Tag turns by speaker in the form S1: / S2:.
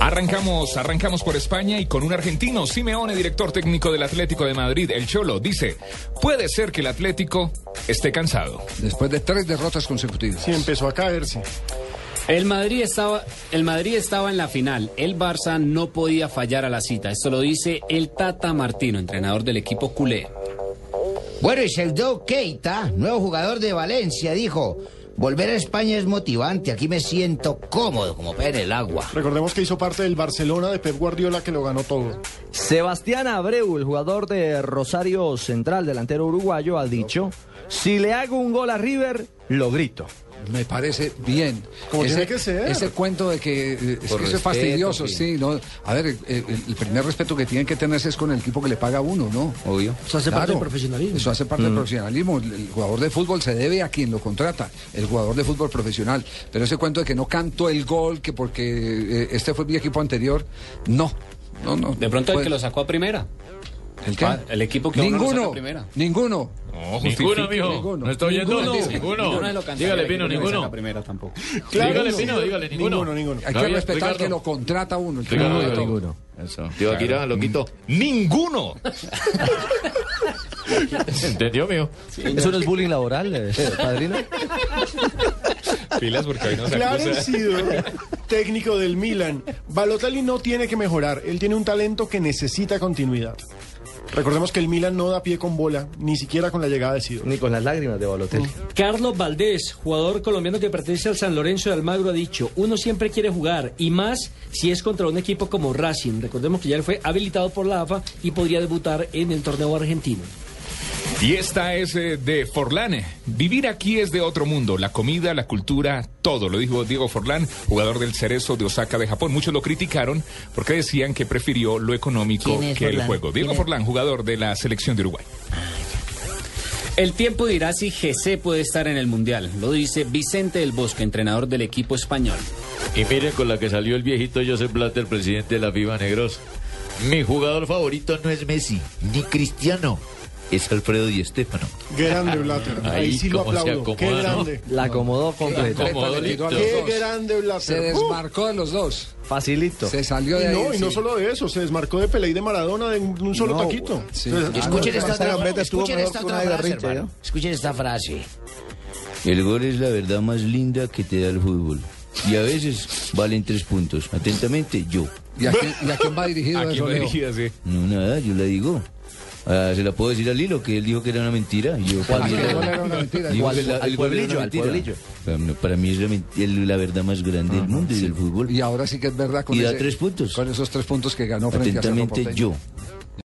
S1: Arrancamos, arrancamos por España y con un argentino, Simeone, director técnico del Atlético de Madrid, el Cholo, dice, puede ser que el Atlético esté cansado.
S2: Después de tres derrotas consecutivas.
S3: Sí, empezó a caerse.
S4: El Madrid, estaba, el Madrid estaba en la final. El Barça no podía fallar a la cita. Esto lo dice el Tata Martino, entrenador del equipo culé.
S5: Bueno, y Seudó Keita, nuevo jugador de Valencia, dijo, volver a España es motivante, aquí me siento cómodo como pez en el agua.
S3: Recordemos que hizo parte del Barcelona de Pep Guardiola que lo ganó todo.
S6: Sebastián Abreu, el jugador de Rosario Central, delantero uruguayo, ha dicho, si le hago un gol a River, lo grito.
S2: Me parece bien.
S3: Como tiene que ser.
S2: Ese cuento de que eh, es, que eso es fastidioso, sí. ¿no? A ver, eh, el, el primer respeto que tienen que tenerse es con el equipo que le paga a uno, ¿no? Obvio. Mm.
S7: Eso hace parte del profesionalismo.
S2: Eso hace parte del profesionalismo. El, el jugador de fútbol se debe a quien lo contrata, el jugador de fútbol profesional. Pero ese cuento de que no canto el gol, que porque eh, este fue mi equipo anterior, no. No, no.
S4: De pronto el
S2: Pues,
S4: que lo sacó a primera.
S2: ¿el qué?
S4: Ah, el equipo que a uno lo saca
S2: ninguno,
S4: a primera.
S2: ninguno.
S1: No,
S8: Ninguno, mijo.
S2: ninguno.
S8: No está oyendo.
S2: Ninguno.
S8: Ninguno.
S4: Ninguno de lo cansado,
S8: Dígale,
S4: el equipo
S8: Pino,
S4: que lo saca a
S8: ninguno.
S4: primera tampoco.
S8: Dígale, Pino, dígale, ninguno.
S3: Ninguno, ninguno.
S2: Hay
S8: Está
S2: que
S8: bien,
S2: respetar
S8: Ricardo.
S2: que lo contrata uno. El que
S8: Ricardo,
S2: lo contrata
S8: digo,
S2: uno.
S6: Ninguno.
S8: Tío Akira, lo quitó.
S1: Ninguno.
S8: ¿Entendió, mijo?
S6: ¿Eso no es bullying laboral, eh, padrino?
S1: Pilas porque hoy no se acusa.
S3: Clarence Seedorf, técnico del Milan. Balotelli no tiene que mejorar. Él tiene un talento que necesita continuidad. Recordemos que el Milan no da pie con bola, ni siquiera con la llegada de Sidor.
S6: Ni con las lágrimas de Balotelli.
S7: Carlos Valdés, jugador colombiano que pertenece al San Lorenzo de Almagro, ha dicho, uno siempre quiere jugar y más si es contra un equipo como Racing. Recordemos que ya él fue habilitado por la AFA y podría debutar en el torneo argentino.
S1: Y esta es eh, de Forlán. Vivir aquí es de otro mundo. La comida, la cultura, todo. Lo dijo Diego Forlán, jugador del Cerezo de Osaka de Japón. Muchos lo criticaron porque decían que prefirió lo económico
S5: ¿Quién
S1: que el
S5: es Forlán?
S1: juego. Diego
S5: ¿Quién es?
S1: Forlán, jugador de la selección de Uruguay.
S4: El tiempo dirá si GC puede estar en el Mundial. Lo dice Vicente del Bosque, entrenador del equipo español.
S8: Y miren con la que salió el viejito Joseph Blatter, presidente de la FIBA Negros. Mi jugador favorito no es Messi, ni Cristiano. Es Alfredo Di Estefano.
S3: Grande Blatter. Ahí,
S8: Ahí
S3: sí lo
S8: cómo se
S3: aplaudo. Qué
S8: acomoda, ¿no?
S3: grande.
S6: La acomodó completo.
S8: Como
S2: Completa, le quitó a los
S3: Qué
S2: dos.
S3: grande
S2: Se
S3: Blatter. ¡Uh!
S2: desmarcó de los dos.
S6: Facilito.
S2: Se salió de
S3: Y
S2: ahí.
S3: no, y no
S2: sí.
S3: solo de eso, se desmarcó de Pelé y de Maradona de un un solo
S2: No,
S3: taquito.
S2: sí.
S3: Entonces,
S2: Ah,
S5: Escuchen
S2: no,
S5: esta
S2: esa
S5: otra,
S2: gambeta estuvo
S5: escuchen
S2: mejor
S5: esta
S2: que
S5: otra
S2: una de
S5: frase,
S2: Garrincha,
S5: hermano. Escuchen esta frase.
S4: El gol es la verdad más linda que te da el fútbol. Y a veces valen tres puntos. Atentamente, yo.
S2: ¿Y a quién, y a quién va dirigido
S1: Aquí
S2: eso,
S1: lo eh.
S2: Leo?
S1: dirigía, sí.
S4: No, nada, yo le digo. Ah, se la puedo decir a Lilo que él dijo que era una mentira. Yo
S2: Ah,
S4: también
S2: que
S4: le-
S2: el gol era una mentira.
S4: digo
S2: Igual.
S4: que la-
S6: al
S4: el gol era
S6: pueblillo,
S4: una
S6: al
S4: mentira.
S6: pueblillo.
S4: Para mí- Para mí es la, men- el- la verdad más grande del mundo y del fútbol.
S2: Y ahora sí que es verdad con
S4: Y da
S2: ese-
S4: tres puntos.
S2: Con esos tres puntos que ganó frente a Cerro
S4: Atentamente
S2: Porteño.
S4: yo.